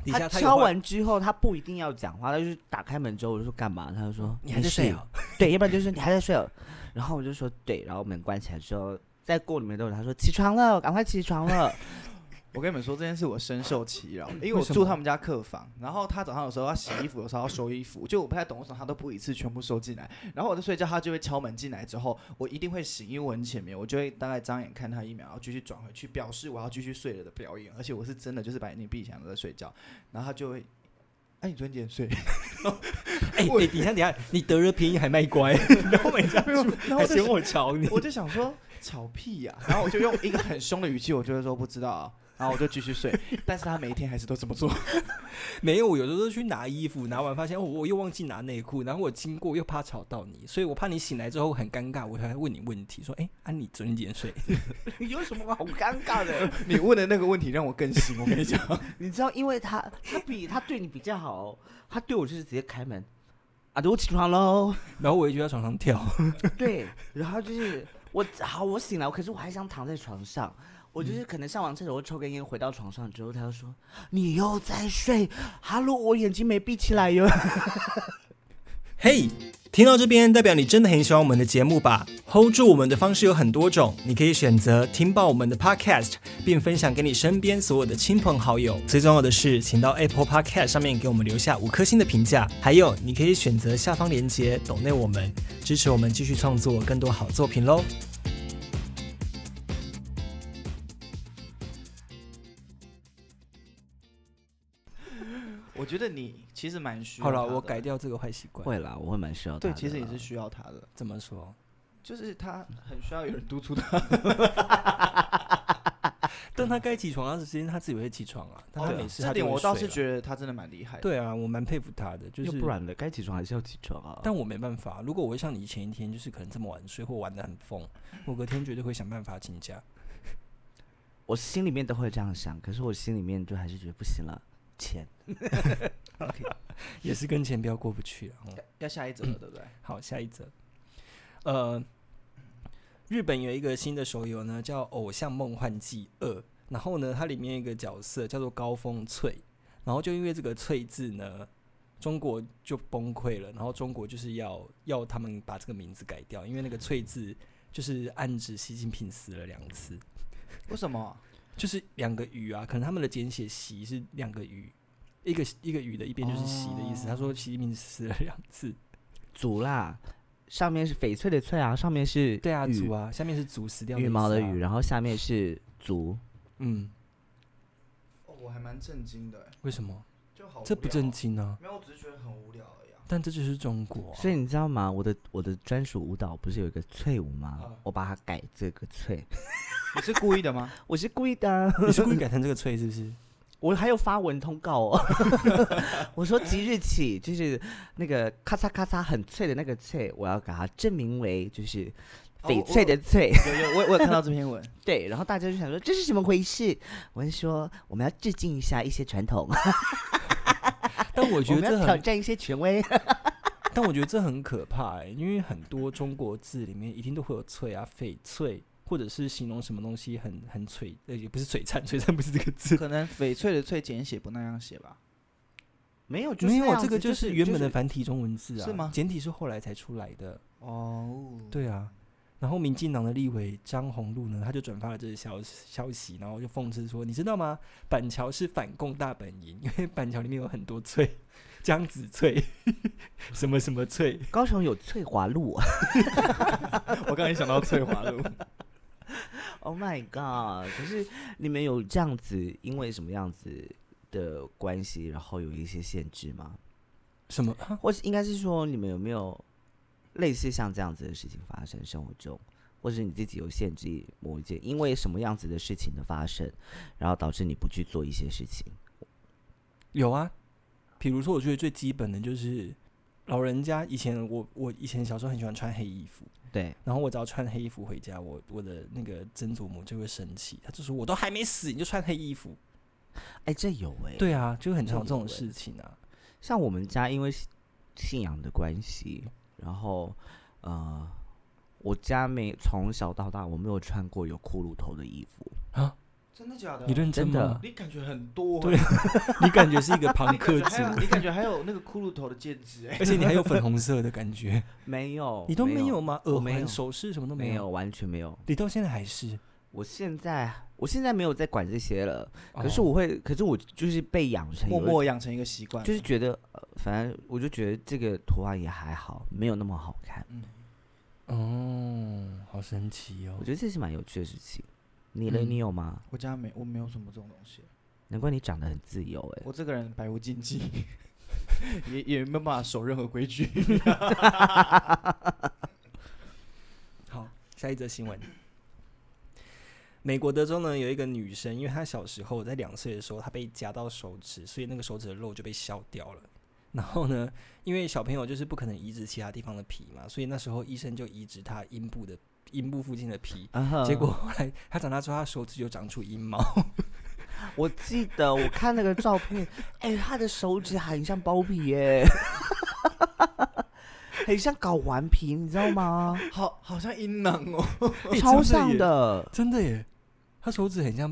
Speaker 3: 底
Speaker 1: 他
Speaker 3: 下他有
Speaker 1: 敲
Speaker 3: 话，
Speaker 1: 完之后，他不一定要讲话，他就是打开门之后，我就说干嘛？他就说
Speaker 3: 你还在睡
Speaker 1: 没事
Speaker 3: 啊？
Speaker 1: 对，要不然就是你还在睡哦。然后我就说对，然后门关起来之后，再过里面多久，他说起床了，赶快起床了。
Speaker 2: 我跟你们说这件事，我深受其 扰，因为
Speaker 3: 为
Speaker 2: 我
Speaker 3: 什
Speaker 2: 住
Speaker 3: 么
Speaker 2: 他们家客房，然后他早上有时候要洗衣服，有时候要收衣服，就我不太懂为什么他都不一次全部收进来。然后我在睡觉，他就会敲门进来之后，我一定会醒，因为我很浅眠，我就会大概张眼看他一秒，然后继续转回去，表示我要继续睡了的表演。而且我是真的就是把眼睛闭起来都在睡觉，然后他就会，哎，你昨天几 点睡？
Speaker 3: 哎、
Speaker 2: 我
Speaker 3: 你等一下，等一下，你得了便宜还卖乖，然后人家
Speaker 2: 没有， 然后
Speaker 3: 还
Speaker 2: 我 就
Speaker 3: 嫌我吵你。
Speaker 2: 我就想说吵屁呀、然后我就用一个很凶的语气，我就会说不知道、啊，然后我就继续睡。但是他每一天还是都这么做，
Speaker 3: 没有，我有的时候去拿衣服，拿完发现哦，我又忘记拿内裤，然后我经过又怕吵到你，所以我怕你醒来之后很尴尬，我才问你问题，说，哎、啊你昨天几点睡？
Speaker 1: 有什么好尴尬的？
Speaker 2: 你问的那个问题让我更醒，我跟 你讲，
Speaker 1: 你知道，因为他他比他对你比较好哦，他对我就是直接开门，啊，对我起床喽。
Speaker 3: 然后我也就在床上跳，
Speaker 1: 对， 然后就是我好，我醒来，可是我还想躺在床上。我就是可能上完厕所，我抽根烟，回到床上之后，他就说：“你又在睡哈喽，我眼睛没闭起来哟。
Speaker 3: 嘿、听到这边，代表你真的很喜欢我们的节目吧？hold 住我们的方式有很多种，你可以选择听爆我们的 podcast，并分享给你身边所有的亲朋好友。最重要的是，请到 Apple Podcast 上面给我们留下五颗星的评价。还有，你可以选择下方链接抖内我们，支持我们继续创作更多好作品喽。
Speaker 2: 我觉得你其实蛮需要。
Speaker 3: 好了，我改。掉这个坏习” 惯。
Speaker 1: 会啦，我会蛮需要他
Speaker 2: 对，啊
Speaker 1: 的
Speaker 2: 其实也
Speaker 1: 啦
Speaker 2: 是需要他的，
Speaker 3: 怎么说？
Speaker 2: 就是他很需要有人督促他。
Speaker 3: 但他该起床的时间，他自己会起床啊。但他
Speaker 2: 对
Speaker 3: 没
Speaker 2: 啊
Speaker 3: 事，
Speaker 2: 这点我倒是
Speaker 3: 得，
Speaker 2: 觉得他真的蛮厉害的。
Speaker 3: 对啊，我蛮佩服他的，就是
Speaker 1: 要不然的，该起床还是要起床啊。
Speaker 3: 但我没办法，如果我会像你前一天，就是可能这么晚睡或玩的很疯，我隔天绝对会想办法请假。
Speaker 1: 我心里面都会这样想，可是我心里面就还是觉得不行了，钱。
Speaker 3: 也是跟钱标过不去啊、哦
Speaker 2: 要要下一则了，对不对？
Speaker 3: 好，下一则，呃，日本有一个新的手游呢，叫《偶像梦幻祭二》，然后呢，它里面有一个角色叫做高峰翠，然后就因为这个翠字呢。中国就崩溃了，然后中国就是要要他们把这个名字改掉，因为那个“翠”字就是暗指习近平死了两次，
Speaker 2: 为什么？啊
Speaker 3: 就是两个鱼啊，可能他们的简写“习”是两个鱼，一个一个鱼的一边就是“习”的意思。他说习近平死了两次，
Speaker 1: 足啦，上面是翡翠的翠啊，上面是
Speaker 3: 对啊，
Speaker 1: 羽
Speaker 3: 足啊，下面是足死掉
Speaker 1: 羽毛
Speaker 3: 的
Speaker 1: 的
Speaker 3: 意思啊
Speaker 1: 羽，，然后下面是足。
Speaker 3: 嗯，
Speaker 2: 哦，我还蛮震惊的，欸
Speaker 3: 为什么？
Speaker 2: 就好、哦
Speaker 3: 这不正。经啊！
Speaker 2: 没有，我只是觉得很无聊而已、啊。
Speaker 3: 但这就是中国啊、
Speaker 1: 所以你知道吗？我的我的专属舞蹈不是有一个翠舞吗？
Speaker 2: 嗯
Speaker 1: 我把它改这个翠，
Speaker 2: 你是故意 的吗？
Speaker 1: 我是故意的啊。
Speaker 3: 你是故意改成这个“翠” 是不是？
Speaker 1: 我还有发文通告哦， 我说即日起就是那个咔嚓咔嚓很脆的那个脆，我要给它证明为就是
Speaker 2: 哦
Speaker 1: 翡翠的翠。
Speaker 2: 有有，我我有看到这 篇文。
Speaker 1: 对，然后大家就想说这是什么回事？我是说我们要致敬一下一些传统，
Speaker 3: 啊但我
Speaker 1: 我
Speaker 3: 觉得
Speaker 1: 们
Speaker 3: 这
Speaker 1: 要挑
Speaker 3: 很，
Speaker 1: 战一些权威。
Speaker 3: 但我觉得这很可怕、欸，因为很多中国字里面一定都会有“翠”啊、翡翠，或者是形容什么东西很很璀，呃，也不是璀璨，璀璨不是这个字，
Speaker 2: 可能翡翠的翠简写不那样写吧？
Speaker 1: 没有，就是
Speaker 3: 没
Speaker 1: 那
Speaker 3: 有，啊
Speaker 1: 样
Speaker 3: 这个
Speaker 1: 子就
Speaker 3: 就是原本的
Speaker 1: 就是
Speaker 3: 繁体中文字啊，
Speaker 2: 是吗
Speaker 3: 简体是后来才出来的，
Speaker 2: 哦，
Speaker 3: 对啊。然后民进党的立委张宏禄呢，他就转发了这个消息消息，然后就讽刺说：“你知道吗？板桥是反共大本营，因为板桥里面有很多翠，江子翠，什么什么翠。
Speaker 1: 高雄有翠华路 哦
Speaker 2: 我刚才想到翠华路。
Speaker 1: ，Oh my god！可是你们有这样子，因为什么样子的关系，然后有一些限制吗？”
Speaker 3: 什么？
Speaker 1: 或是应该是说，你们有没有类似像这样子的事情发生生活中，或是你自己有限制某一件，因为什么样子的事情的发生，然后导致你不去做一些事情？
Speaker 3: 有啊，比如说，我觉得最基本的就是老人家以前我我以前小时候很喜欢穿黑衣服，
Speaker 1: 对，
Speaker 3: 然后我只要穿黑衣服回家，我我的那个曾祖母就会生气，她就说：“我都还没死，你就穿黑衣服。
Speaker 1: 哎，这有哎、”，
Speaker 3: 对啊，就很常有这种
Speaker 1: 我以为
Speaker 3: 事情啊。
Speaker 1: 像我们家因为信信仰的关系，然后呃，我家没从小到大我没有穿过有骷髅头的衣服，
Speaker 2: 真的假的？
Speaker 3: 你认真
Speaker 1: 真的
Speaker 3: 吗？
Speaker 2: 你感觉很多、
Speaker 3: 对你感觉是 一个
Speaker 2: 你
Speaker 3: 朋
Speaker 2: 感
Speaker 3: 克
Speaker 2: 觉还
Speaker 3: 族
Speaker 2: 有，你感觉还有那个骷髅头的戒指 哎、
Speaker 3: 而且你还有粉红色的感觉，
Speaker 1: 没有，
Speaker 3: 你都
Speaker 1: 没
Speaker 3: 哦没有吗？
Speaker 1: 我
Speaker 3: 耳
Speaker 1: 没
Speaker 3: 环、
Speaker 1: 有
Speaker 3: 首饰什么都
Speaker 1: 没
Speaker 3: 有，
Speaker 1: 有，完全没有。
Speaker 3: 你到现在还是。
Speaker 1: 我现在我现在没有在管这些了，可是
Speaker 3: 哦
Speaker 1: 我会，可是我就是被养成
Speaker 2: 默
Speaker 1: 有一
Speaker 2: 默养成一个习惯，
Speaker 1: 就是觉得，呃反正我就觉得这个图案也还好，没有那么好看。
Speaker 2: 嗯，
Speaker 3: 哦，好神奇哦
Speaker 1: 我！觉得这是蛮有趣的事情。你嘞，你
Speaker 3: 嗯
Speaker 1: 有吗？
Speaker 2: 我家没我没有什么这种东西，
Speaker 1: 难怪你长得很自由哎、
Speaker 2: 我这个人百无禁忌， 也也没有办法守任何 规矩。
Speaker 1: 哎
Speaker 3: 好，下一则新闻。美国德州呢有一个女生，因为她小时候在两岁的时候，她被夹到手指，所以那个手指的肉就被削掉了。然后呢，因为小朋友就是不可能移植其他地方的皮嘛，所以那时候医生就移植她阴部的阴部附近的皮。
Speaker 1: 啊
Speaker 3: 结果后来她长大之后，她手指就长出阴毛。
Speaker 1: 我记得我看那个照 片，哎、他的手指很像包皮耶、很像睾丸皮，你知道 吗？
Speaker 2: 好，好像阴囊哦，
Speaker 3: 欸
Speaker 1: 超
Speaker 3: 真
Speaker 1: 像
Speaker 3: 耶
Speaker 1: 的，
Speaker 3: 真的耶！她手指很像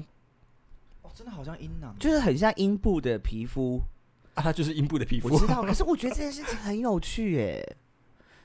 Speaker 2: 哦，真的好像阴囊，
Speaker 1: 就是很像阴部的皮肤。
Speaker 3: 啊，她就是阴部的皮
Speaker 1: 我
Speaker 3: 肤。
Speaker 1: 知道，可是我觉得这件事情很有趣耶、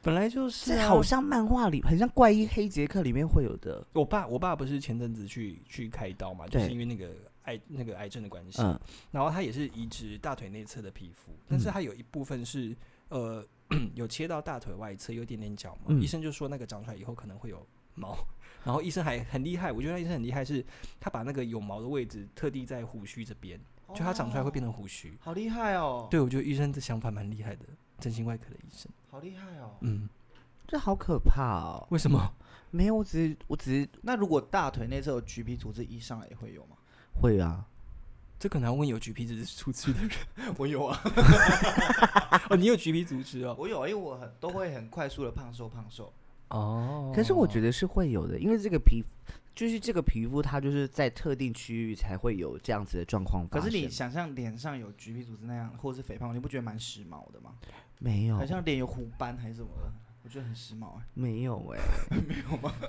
Speaker 3: 本来就是、
Speaker 1: 这
Speaker 3: 啊，
Speaker 1: 好像漫画里，很像怪医黑杰克里面会有的。
Speaker 3: 我爸，我爸不是前阵子去去开刀嘛，就是
Speaker 1: 对
Speaker 3: 因为那个癌那个癌症的关系，
Speaker 1: 嗯，
Speaker 3: 然后他也是移植大腿内侧的皮肤，但是他有一部分是呃 有切到大腿外侧，有一点点角毛，
Speaker 1: 嗯
Speaker 3: 医生就说那个长出来以后可能会有毛， 然后医生还很厉害，我觉得他医生很厉害，是他把那个有毛的位置特地在胡须这边，就它长出来会变
Speaker 2: 哦，
Speaker 3: 成胡须，
Speaker 2: 好厉害哦，，
Speaker 3: 对我觉得医生的想法蛮厉害的，整形外科的医生，
Speaker 2: 好厉害哦。
Speaker 3: 嗯，
Speaker 1: 这好可怕哦！
Speaker 3: 为什么？
Speaker 1: 没有，我只是我只是
Speaker 2: 那如果大腿内侧有橘皮组织以上也 会有吗？
Speaker 1: 会啊，
Speaker 3: 这可能要问有橘皮组织组织的人
Speaker 2: 我有啊，
Speaker 3: 哦，你有橘皮组织哦，
Speaker 2: 我有啊，因为我很都会很快速的胖瘦胖瘦。
Speaker 3: 哦
Speaker 1: 可是我觉
Speaker 3: 得
Speaker 1: 得是会有的，因为这个皮就是这个皮肤，它就是在特定区域才会有这样子的状况发
Speaker 2: 可
Speaker 1: 生。
Speaker 2: 是你想象脸上有橘皮组织那样，或者是肥胖，你不觉得蛮时髦的吗？
Speaker 1: 没有
Speaker 2: 好，像脸有虎斑还是什么的，我觉得很时髦哎、
Speaker 1: 没有哎、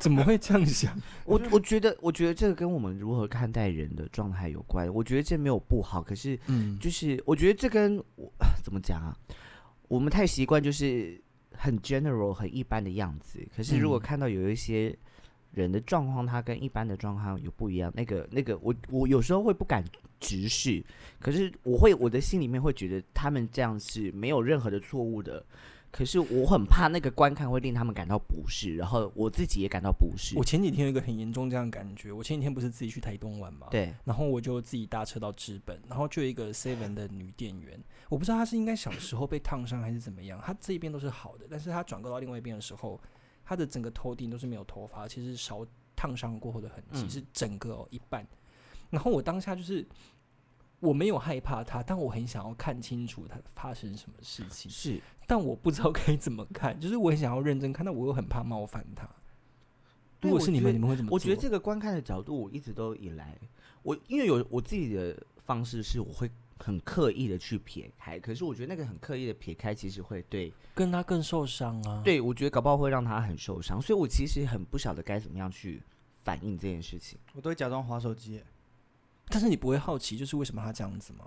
Speaker 3: 怎么会这样想？
Speaker 1: 我我觉得我觉得这个跟我们如何看待人的状态有关。我觉得这没有不好，可是
Speaker 3: 嗯，
Speaker 1: 就是我觉得这跟我怎么讲啊？我们太习惯就是很 general 很一般的样子，可是如果
Speaker 3: 嗯
Speaker 1: 看到有一些人的状况，他跟一般的状况有不一样，那个那个我我有时候会不敢直视，可是我会我的心里面会觉得他们这样是没有任何的错误的。可是我很怕那个观看会令他们感到不适，然后我自己也感到不适
Speaker 3: 我。前几天有一个很严重这样的感觉，我前几天不是自己去台东玩嘛，，
Speaker 1: 对，
Speaker 3: 然后我就自己搭车到日本，然后就有一个 Seven 的女店员，我不知道她是应该小时候被烫伤还是怎么样，她这一边都是好的，但是她转过到另外一边的时候，她的整个头顶都是没有头发，其实烧烫伤过后的痕迹、
Speaker 1: 嗯
Speaker 3: 是整个哦一半，然后我当下就是。我没有害怕她，但我很想要看清楚她发生什么事情，
Speaker 1: 是
Speaker 3: 但我不知道该怎么看， 就是我很想要认真看，但我又很怕冒犯她。如
Speaker 1: 对
Speaker 3: 果
Speaker 1: 我
Speaker 3: 是你
Speaker 1: 觉
Speaker 3: 们，
Speaker 1: 得
Speaker 3: 你们会怎么做？
Speaker 1: 我觉得这个观看的角度，我一直都以来，我因为有我自己的方式，是我会很刻意的去撇开。可是我觉得那个很刻意的撇开，其实会对，
Speaker 3: 跟他更受伤啊。，
Speaker 1: 对我觉得搞不好会让他很受伤。所以我其实很不晓得该怎么样去反应这件事情。
Speaker 2: 我都会假装滑手机、哎
Speaker 3: 但是你不会好奇，就是为什么他这样子吗？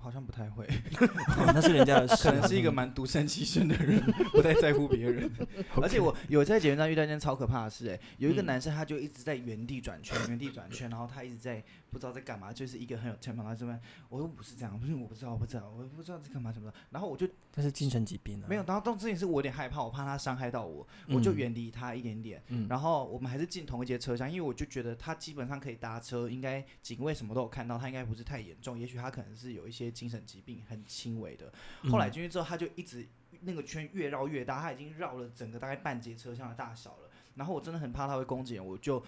Speaker 2: 好像不太会，
Speaker 3: 哦那是人家的事
Speaker 2: 可
Speaker 3: 啊，
Speaker 2: 能是一个蛮独善其身的人， 不太在乎别人。而且我有在捷运站遇到一件超可怕的事、哎，有一个男生他就一直在原地转圈，原地转圈，然后他一直在不知道在干嘛，就是一个很有 temper，他这边我说不是这样，不是我不知道，我不知道，我不知道在干嘛什么的。然后我就
Speaker 3: 他是精神疾病啊。
Speaker 2: 没有，，然后到这件事我有点害怕，我怕他伤害到我，我就
Speaker 3: 嗯
Speaker 2: 远离他一点点。
Speaker 3: 嗯
Speaker 2: 然后我们还是进同一节车厢，因为我就觉得他基本上可以搭车，应该警卫什么都有看到，他应该不是太严重，也许他可能是有一些精神疾病很轻微的。
Speaker 3: 嗯
Speaker 2: 后来进去之后，他就一直那个圈越绕越大，他已经绕了整个大概半节车厢的大小了。然后我真的很怕他会攻击人，我就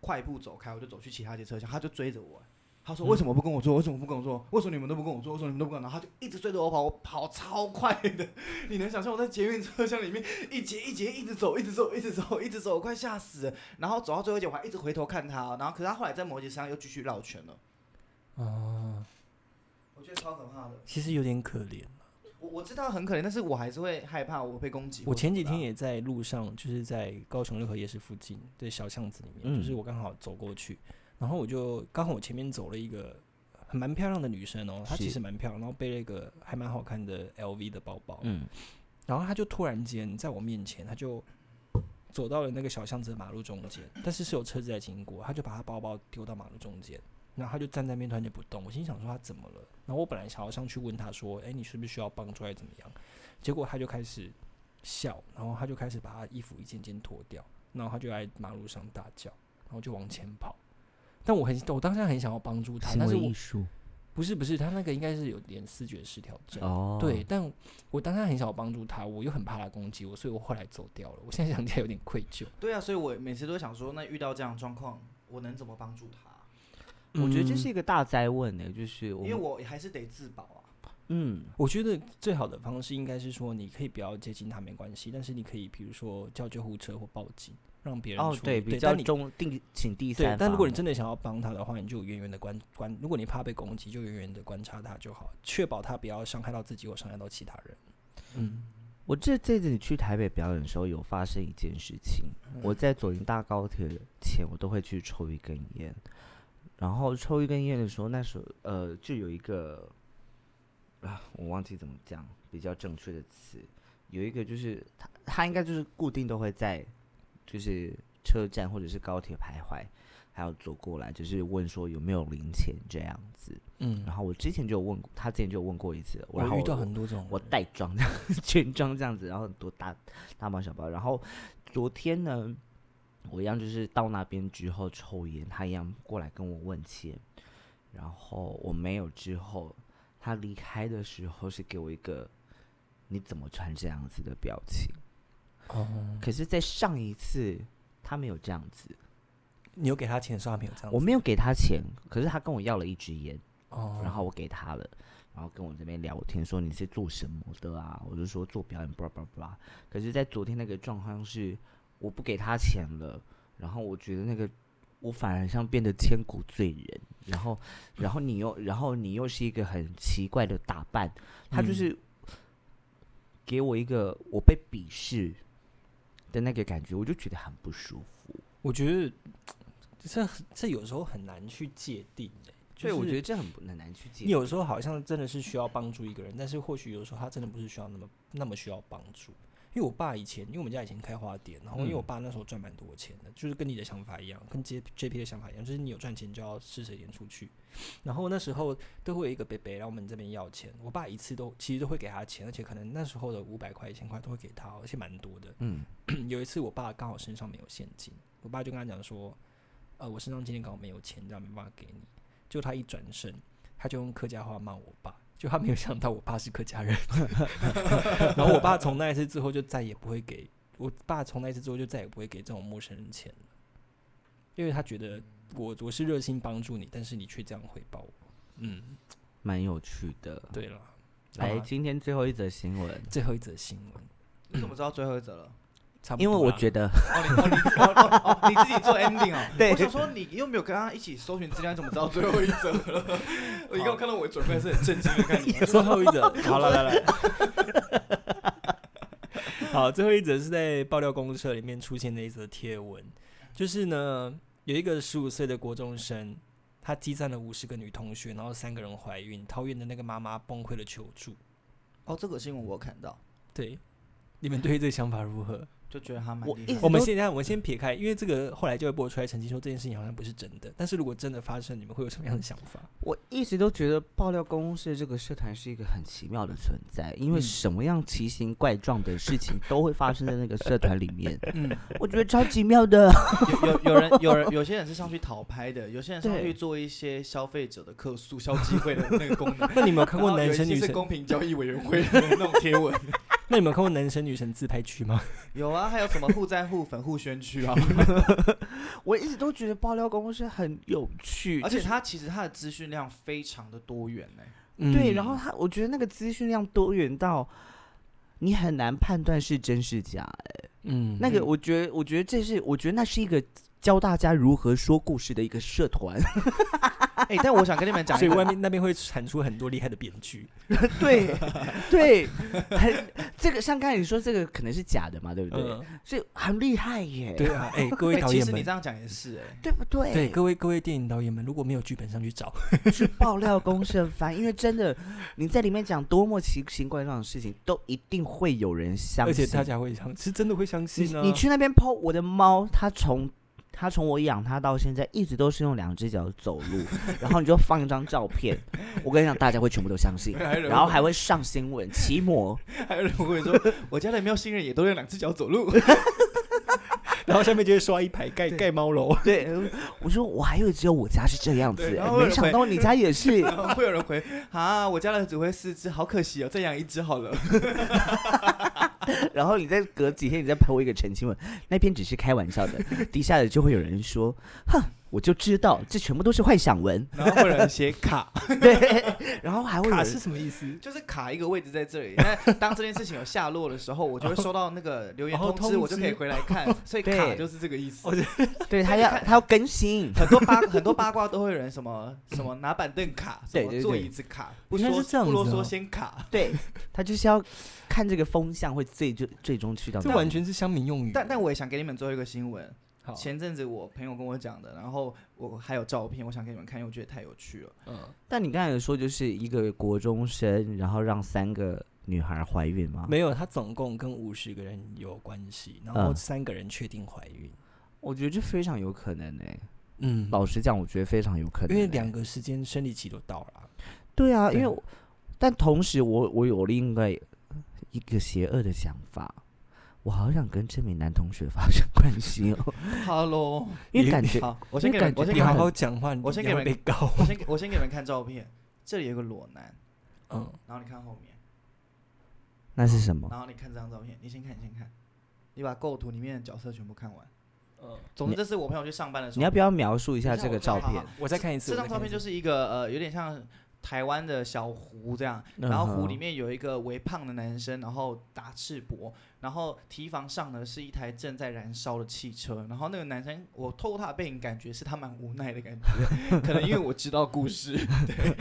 Speaker 2: 快步走开，我就走去其他节车厢，他就追着我。他
Speaker 3: 嗯
Speaker 2: 说：“为什么不跟我做？为什么不跟我做？为什么你们都不跟我做？为什么你们都不跟我做？”然后他就一直追着我跑，我跑超快的。 你能想象我在捷运车厢里面一节一节一直走，一直走，一直走，一直走，我快吓死了。然后走到最后一节，我还一直回头看他哦，然后可是他后来在某一节车厢又继续绕圈了，
Speaker 3: 啊，
Speaker 2: 我觉得超可怕的。
Speaker 3: 其实有点可怜。
Speaker 2: 我我知道很可怜，但是我还是会害怕我被攻击
Speaker 3: 我
Speaker 2: 或什
Speaker 3: 前
Speaker 2: 么的啊。
Speaker 3: 几天也在路上，就是在高雄六合夜市附近对小巷子里面，
Speaker 1: 嗯
Speaker 3: 就是我刚好走过去，然后我就刚好我前面走了一个很蛮漂亮的女生哦，她其
Speaker 1: 是
Speaker 3: 实蛮漂亮，然后背了一个还蛮好看的 LV 的包包，
Speaker 1: 嗯，
Speaker 3: 然后她就突然间在我面前，她就走到了那个小巷子的马路中间，但是是有车子在经过，他就把他包包丢到马路中间，然后他就站在那边突然间不动，我心想说他怎么了？然后我本来想要上去问他说，诶，你是不是需要帮助还是怎么样？结果他就开始笑，然后他就开始把他衣服一件件脱掉，然后他就在马路上大叫，然后就往前跑。但我很，我当下很想要帮助他，
Speaker 1: 行
Speaker 3: 但是
Speaker 1: 为
Speaker 3: 我
Speaker 1: 艺术
Speaker 3: 不是不是，他那个应该是有点视觉失调症。
Speaker 1: 哦，
Speaker 3: 对，，但我当下很想要帮助他，我又很怕他攻击我，所以我后来走掉了。我现在想起来有点愧疚。
Speaker 2: 对啊，所以我每次都想说，那遇到这样的状况，我能怎么帮助他？
Speaker 1: 我觉得
Speaker 3: 嗯
Speaker 1: 这是一个大灾问呢，就是我
Speaker 2: 因为
Speaker 1: 们
Speaker 2: 我还是得自保啊。
Speaker 1: 嗯，
Speaker 3: 我觉得最好的方式应该是说，你可以不要接近他没关系，但是你可以比如说叫救护车或报警，让别人
Speaker 1: 哦
Speaker 3: 处理
Speaker 1: 对，比较
Speaker 3: 但你
Speaker 1: 中定请第
Speaker 3: 对
Speaker 1: 三，
Speaker 3: 但如果你
Speaker 1: 方
Speaker 3: 真的想要帮他的话，你就远远的观观；如果你怕被攻击，就远远的观察他就好，确保他不要伤害到自己或伤害到其他人。嗯，
Speaker 1: 我这这次去台北表演的时候，有发生一件事情。
Speaker 3: 嗯
Speaker 1: 我在左营大高铁前，我都会去抽一根烟。然后抽一根烟的时候，那时候呃，就有一个啊，我忘记怎么讲比较正确的词，有一个就是他他应该就是固定都会在就是车站或者是高铁徘徊，还有走过来，就是问说有没有零钱这样子。
Speaker 3: 嗯，
Speaker 1: 然后我之前就有问过，他之前就有问过一次，然后
Speaker 3: 哦我遇到很多这种
Speaker 1: 我
Speaker 3: 人
Speaker 1: 带妆这样， 全妆这样子，然后很多大大包小包。然后昨天呢，我一样就是到那边之后抽烟，他一样过来跟我问钱，然后我没有之后，他离开的时候是给我一个你怎么穿这样子的表情。
Speaker 3: 哦，
Speaker 1: 可是，在上一次他没有这样子，
Speaker 3: 你有给他钱的时候，他没有这样子，
Speaker 1: 我没有给他钱，可是他跟我要了一支烟。
Speaker 3: 哦，
Speaker 1: 然后我给他了，然后跟我这边聊天说你是做什么的啊？我就说做表演，blah blah blah。可是，在昨天那个状况是，我不给他钱了，然后我觉得那个我反而像变得千古罪人，然后，然后你又，然后你又是一个很奇怪的打扮，他就
Speaker 3: 嗯
Speaker 1: 是给我一个我被鄙视的那个感觉，我就觉得很不舒服。
Speaker 3: 我觉得这这有时候很难去界定的、就
Speaker 1: 所以我
Speaker 3: 是
Speaker 1: 觉得这很不很难去解
Speaker 3: 你
Speaker 1: 释。
Speaker 3: 有时候好像真的是需要帮助一个人，但是或许有时候他真的不是需要那么那么需要帮助。因为我爸以前，因为我们家以前开花店，然后因为我爸那时候赚蛮多钱的，就是跟你的想法一样，跟 J J P 的想法一样，就是你有赚钱就要施舍一点出去。然后那时候都会有一个伯伯来我们这边要钱，我爸一次都其实都会给他钱，而且可能那时候的五百块、一千块都会给他，而且蛮多的。
Speaker 1: 嗯，
Speaker 3: 有一次我爸刚好身上没有现金，我爸就跟他讲说，呃，我身上今天刚好没有钱，这样没办法给你。就他一转身，他就用客家话骂我爸，就他没有想到我爸是客家人。 然后我爸从那一次之后就再也不会给我爸，从那一次之后就再也不会给这种陌生人钱了，因为他觉得我我是热心帮助你，但是你却这样回报我。嗯，
Speaker 1: 蛮有趣的。
Speaker 3: 对了，
Speaker 1: 来，
Speaker 3: 好吧
Speaker 1: 哎今天最后一则新闻。
Speaker 3: 最后一则新闻，
Speaker 2: 你怎么知道最后一则了？
Speaker 3: 差不
Speaker 1: 因为
Speaker 3: 多
Speaker 1: 我
Speaker 3: 啦
Speaker 1: 觉得，
Speaker 2: 哦，你哦你哦哦哦你自己做 ending 哦。
Speaker 1: 对
Speaker 2: 我想说你又没有跟他一起搜寻资料，你怎么知道最后一则了？ 我一刚看到我准备是很震惊的看你们。
Speaker 3: 最后一则，好了，来来。 好，最后一则是在爆料公社里面出现的一则贴文，就是呢，有一个十五岁的国中生，他激战了五十个女同学，然后三个人怀孕，桃园的那个妈妈崩溃了求助。
Speaker 2: 哦，这个新闻我有看到，
Speaker 3: 对，你们对于这个想法如何？
Speaker 2: 就觉得他蛮
Speaker 1: 我
Speaker 2: 厉
Speaker 1: 一
Speaker 2: 害
Speaker 1: 直
Speaker 2: 的。
Speaker 3: 我们现在我们先撇开，因为这个后来就会播出来澄清说这件事情好像不是真的，但是如果真的发生，你们会有什么样的想法？
Speaker 1: 我一直都觉得爆料公社这个社团是一个很奇妙的存在，因为
Speaker 3: 嗯
Speaker 1: 什么样奇形怪状的事情都会发生在那个社团里面，
Speaker 2: 嗯，
Speaker 1: 我觉得超奇妙的。
Speaker 2: 有有有人有人有些人是上去讨拍的，有些人上
Speaker 1: 对
Speaker 2: 去做一些消费者的客诉、消基会的那个功 能。
Speaker 3: 那你们有看过
Speaker 2: 然后哦有
Speaker 3: 男
Speaker 2: 一
Speaker 3: 生
Speaker 2: 些
Speaker 3: 女
Speaker 2: 是
Speaker 3: 神？
Speaker 2: 公平交易委员会 的那种贴文？
Speaker 3: 那你们有看过男生女神自拍区吗？
Speaker 2: 有啊，还有什么互赞、互粉、互宣区啊？
Speaker 1: 我一直都觉得爆料公社很有趣，
Speaker 2: 而且它其实它的资讯量非常的多元呢、
Speaker 1: 对，
Speaker 3: 嗯
Speaker 1: 然后他我觉得那个资讯量多元到你很难判断是真是假、
Speaker 3: 嗯
Speaker 1: 那个我觉得，我觉得这是，我觉得那是一个教大家如何说故事的一个社团。
Speaker 2: 哎、但我想跟你 们讲
Speaker 3: 所
Speaker 2: 一
Speaker 3: 以外
Speaker 2: 个，
Speaker 3: 面那边会产出很多厉害的编剧。
Speaker 1: 对对，很这个像刚才你说这个可能是假的嘛，对不对？
Speaker 3: 嗯，
Speaker 1: 所以很厉害耶，
Speaker 3: 对啊，哎，各
Speaker 2: 哎
Speaker 3: 位导
Speaker 2: 其
Speaker 3: 演
Speaker 2: 实你
Speaker 3: 们
Speaker 2: 这，样讲也是哎、
Speaker 1: 对不对？
Speaker 3: 对各位各位电影导演们，如果没有剧本上去找，
Speaker 1: 去爆料公正翻，因为真的你在里面讲多么奇形怪状的事情，都一定会有人相
Speaker 3: 而
Speaker 1: 信。
Speaker 3: 且大家会相，是真的会相信啊。
Speaker 1: 你你去那边剖我的猫，它从它从我养它到现在，一直都是用两只脚走路，然后你就放一张照片，我跟你讲，大家会全部都相信，
Speaker 2: 还有人
Speaker 1: 然后还会上新闻，奇摩。
Speaker 2: 还有人会说，我家的喵星人也都用两只脚走路。
Speaker 3: 然后下面就会刷一排盖盖猫楼，
Speaker 1: 对，我说我还以为只有我家是这样子哎
Speaker 2: 对然，后
Speaker 1: 没想到你家也是。
Speaker 2: 然后会有人回啊，我家的只会四只，好可惜哦，再养一只好了。
Speaker 1: 然后你再隔几天，你再拍我一个澄清文，那篇只是开玩笑 的，底下的就会有人说，哼。我就知道，这全部都是幻想文，
Speaker 2: 然后会有人写卡，
Speaker 1: 对，然后还会有
Speaker 3: 卡
Speaker 1: 人
Speaker 3: 是什么意思？
Speaker 2: 就是卡一个位置在这里。但当这件事情有下落的时候，我就会收到那个留言
Speaker 3: 哦
Speaker 2: 通
Speaker 3: 通知
Speaker 2: 知，我就可以回来看。所以
Speaker 1: 对
Speaker 2: 卡就是这个意思
Speaker 3: 哦。
Speaker 1: 对他要他要更新，
Speaker 2: 很多八很多八卦都会有人什么什么拿板凳卡，什
Speaker 1: 对
Speaker 2: 么
Speaker 1: 对对
Speaker 2: 坐椅子卡，不
Speaker 3: 原来
Speaker 2: 说
Speaker 3: 是这样
Speaker 2: 不啰
Speaker 3: 子哦
Speaker 2: 嗦 先卡。
Speaker 1: 对他就是要看这个风向会最最最终去到
Speaker 3: 这
Speaker 1: 哪
Speaker 3: 完
Speaker 1: 里
Speaker 3: 全是乡民用语。
Speaker 2: 但但我也想给你们做一个新闻，
Speaker 3: 好，
Speaker 2: 前阵子我朋友跟我讲的，然后我还有照片，我想给你们看，因为我觉得太有趣 了。
Speaker 3: 嗯，
Speaker 1: 但你刚才有说就是一个国中生，然后让三个女孩怀孕吗？
Speaker 3: 没有，他总共跟五十个人有关系，然后
Speaker 1: 嗯
Speaker 3: 三个人确定怀孕。
Speaker 1: 我觉得这非常有可能欸诶、
Speaker 3: 嗯，
Speaker 1: 老实讲，我觉得非常有可能、
Speaker 3: 因为
Speaker 1: 欸。
Speaker 3: 两个时间生理期都到了啊，
Speaker 1: 对啊，因
Speaker 3: 对
Speaker 1: 为我但同时我我有另外一个邪恶的想法，我好想跟这名男同学发生关系 哦，
Speaker 2: Hello，
Speaker 1: 因为
Speaker 3: 你
Speaker 1: 感觉
Speaker 2: 好，我先给你
Speaker 1: 因为感
Speaker 2: 们，
Speaker 1: 觉
Speaker 2: 我先
Speaker 3: 你
Speaker 2: 给你
Speaker 3: 好
Speaker 2: 们，
Speaker 3: 好讲话，
Speaker 2: 我先
Speaker 3: 你要
Speaker 2: 给你
Speaker 3: 被
Speaker 2: 们
Speaker 3: 告。
Speaker 2: 我先给我先给你们看照片，这里有个裸男，
Speaker 3: 嗯，
Speaker 2: 然后你看后面，
Speaker 1: 那是什么？
Speaker 2: 然后你看这张照片，你先看，你先看，你把构图里面的角色全部看完。总之，这是我朋友去上班的时候，
Speaker 1: 你要不要描述一下这个照
Speaker 2: 好
Speaker 1: 片
Speaker 2: 好？
Speaker 3: 我再看一次。
Speaker 2: 这张照片就是是一个呃，有点像台湾的小湖这样，
Speaker 3: 嗯
Speaker 2: 然后湖里面有一个微胖的男生，然后打赤膊，然后提防上呢是一台正在燃烧的汽车，然后那个男生，我透过他的背影感觉是他蛮无奈的感觉， 可能因为我知道故事，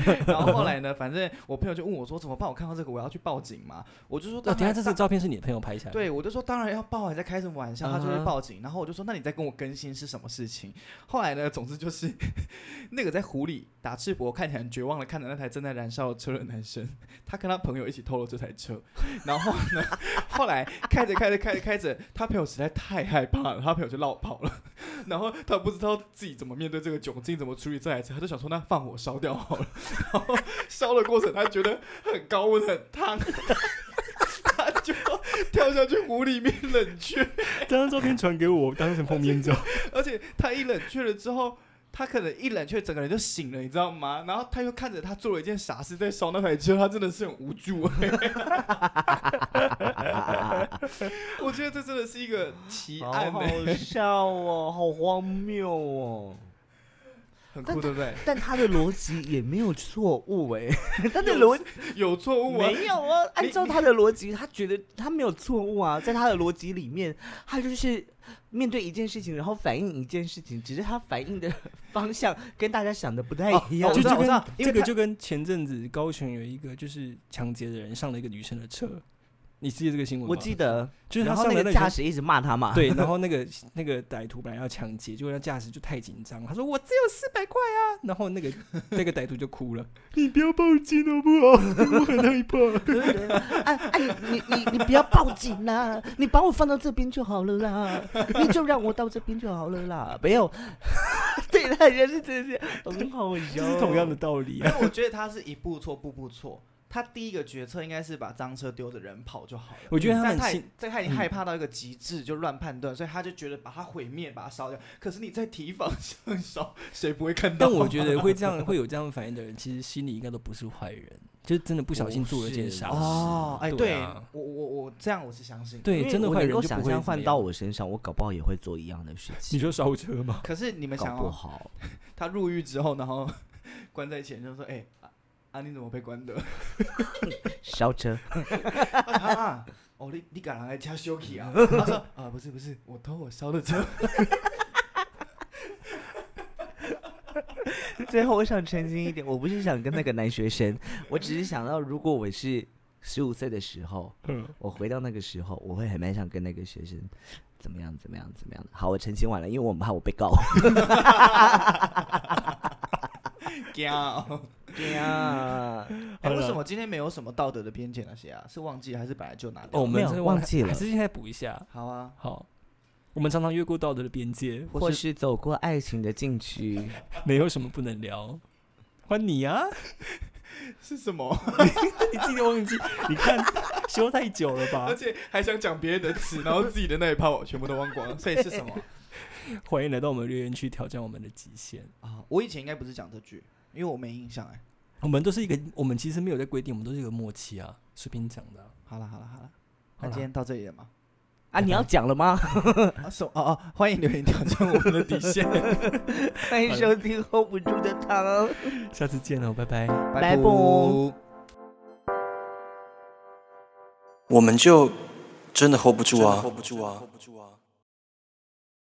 Speaker 2: 对。然后后来呢，反正我朋友就问我说怎么办？我看到这个我要去报警嘛？我就说
Speaker 3: 哦，
Speaker 2: 当
Speaker 3: 等一下
Speaker 2: 然
Speaker 3: 这
Speaker 2: 当，
Speaker 3: 张照片是你的朋友拍下来的。
Speaker 2: 对，我就说当然要报啊，你在开什么玩笑？他就
Speaker 3: 嗯
Speaker 2: 会
Speaker 3: 哼
Speaker 2: 报警，然后我就说那你再跟我更新是什么事情？后来呢，总之就是 那个在湖里打赤膊、看起来很绝望的看着那台正在燃烧的车的男生，他跟他朋友一起偷了这台车，然后呢，后来开着开着开着开着，他朋友实在太害怕了，他朋友就落跑了，然后他不知道自己怎么面对这个窘境，怎么处理这台车，他就想说那放火烧掉好了，然后烧的过程他觉得很高温很烫。 他就跳下去湖里面冷却，
Speaker 3: 这张照片传给我，当成封面照。
Speaker 2: 而且他一冷却了之后，他可能一冷却，整个人就醒了，你知道吗？然后他又看着他做了一件傻事，在烧那台车，他真的是很无助、 我觉得这真的是一个奇
Speaker 3: 哦
Speaker 2: 案、欸，
Speaker 1: 笑哦，好荒谬哦！
Speaker 2: 很酷，对不对？
Speaker 1: 但他的逻辑也没有错误 哎，他的逻
Speaker 2: 有错误啊，
Speaker 1: 没有啊，
Speaker 2: 你
Speaker 1: 按照他的逻辑，他觉得他没有错误啊，在他的逻辑里面，他就是面对一件事情，然后反映一件事情，只是他反映的方向跟大家想的不太一样。
Speaker 2: 哦我知道
Speaker 3: 就
Speaker 2: 我知道
Speaker 3: 跟这
Speaker 2: 因为
Speaker 3: 个
Speaker 2: 他
Speaker 3: 就跟前阵子高雄有一个就是抢劫的人上了一个女生的车，你记得这个新闻吗？
Speaker 1: 我记，得，
Speaker 3: 就是他
Speaker 1: 然后
Speaker 3: 上了
Speaker 1: 那
Speaker 3: 那
Speaker 1: 个
Speaker 3: 女
Speaker 1: 驾
Speaker 3: 生
Speaker 1: 驶一直骂他嘛，，
Speaker 3: 对，然后那个那个歹徒本来要抢劫，结果那驾驶就太紧张，他说我只有四百块啊，然后那个 那个歹徒就哭了，你不要报警好不好？我很害怕。
Speaker 1: 对对对，哎哎，你你你不要报警啦，你把我放到这边就好了啦，你就让我到这边就好了啦，没有，对他人是真的是很好笑，
Speaker 3: 就是 同样的道理 啊，
Speaker 2: 但我觉得他是一步错，步步错。他第一个决策应该是把脏车丢着人跑就好了。
Speaker 3: 我觉得他
Speaker 2: 但
Speaker 3: 们
Speaker 2: 他
Speaker 3: 心嗯
Speaker 2: 已这他已经害怕到一个极致，就乱判断，所以他就觉得把它毁灭，把它烧掉。可是你在提防上烧，谁不会看到？
Speaker 3: 但我觉得会这样会有这样反应的人，其实心里应该都不是坏人，就是真的不小心做了一件
Speaker 1: 不是
Speaker 3: 傻 事。
Speaker 2: 哦，哎，
Speaker 3: 对
Speaker 2: 对
Speaker 3: 啊
Speaker 2: 我我我这样我是相信。，
Speaker 1: 因
Speaker 3: 对，
Speaker 1: 为
Speaker 3: 真的
Speaker 1: 我
Speaker 3: 坏
Speaker 1: 能
Speaker 3: 人
Speaker 1: 够
Speaker 3: 就
Speaker 1: 想
Speaker 3: 不会
Speaker 1: 象
Speaker 3: 怎
Speaker 1: 换
Speaker 3: 么
Speaker 1: 到
Speaker 3: 样
Speaker 1: 我身上，我搞不好也会做一样的事情。
Speaker 3: 你说烧车吗？
Speaker 2: 可是你们
Speaker 1: 搞
Speaker 2: 想
Speaker 1: 不
Speaker 2: 哦，
Speaker 1: 好，
Speaker 2: 他入狱之后，然后 关在前就说：“哎、啊啊，你怎么被关的？
Speaker 1: 烧车，
Speaker 2: 啊啊哦，你你敢来家休息啊？”他说：“啊，不是不是，我偷我烧的车。”
Speaker 1: 最后我想澄清一点，我不是想跟那个男学生，我只是想到，如果我是十五岁的时候，
Speaker 3: 嗯，
Speaker 1: 我回到那个时候，我会很蛮想跟那个学生怎么样怎么样怎么样的。好，我澄清完了，因为我很怕我被告。
Speaker 2: 屌！
Speaker 1: 呀，
Speaker 2: 哦哎，
Speaker 3: 好了
Speaker 2: 为什么今天没有什么道德的偏见那些啊？是忘记还是本来就拿
Speaker 3: 哦，
Speaker 2: 掉？
Speaker 3: 我们
Speaker 1: 没有
Speaker 3: 真的
Speaker 1: 忘记了
Speaker 3: 还是现在补一下。
Speaker 2: 好啊，
Speaker 3: 好，我们常常越过道德的边界，
Speaker 1: 或是走过爱情的禁 区，
Speaker 3: 没有什么不能聊。换你啊！
Speaker 2: 是什么？
Speaker 3: 你记得忘记？你看， 修太久了吧
Speaker 2: 而？且还想讲别人的词，然后自己的那一趴我全部都忘光了，所以是什么？
Speaker 3: 欢迎来到我们留言区挑战我们的极限。
Speaker 2: 啊，我以前应该不是讲这句，因为我没印象哎。
Speaker 3: 我们都是一个，我们其实没有在规定，我们都是一个默契啊，随便讲的啊、
Speaker 2: 好了好了好了，
Speaker 3: 好
Speaker 2: 那
Speaker 3: 啦
Speaker 2: 今天到这里了吗？
Speaker 1: 啊，你要讲了 吗？
Speaker 2: 啊，什么哦哦，欢迎留言挑战我们的底 线，
Speaker 1: 欢迎收听 hold 不住的糖。
Speaker 3: 下次见哦喽，拜拜。
Speaker 1: 拜拜。
Speaker 4: 我们就真的 hold 不住啊！hold 不住啊！hold 不住啊！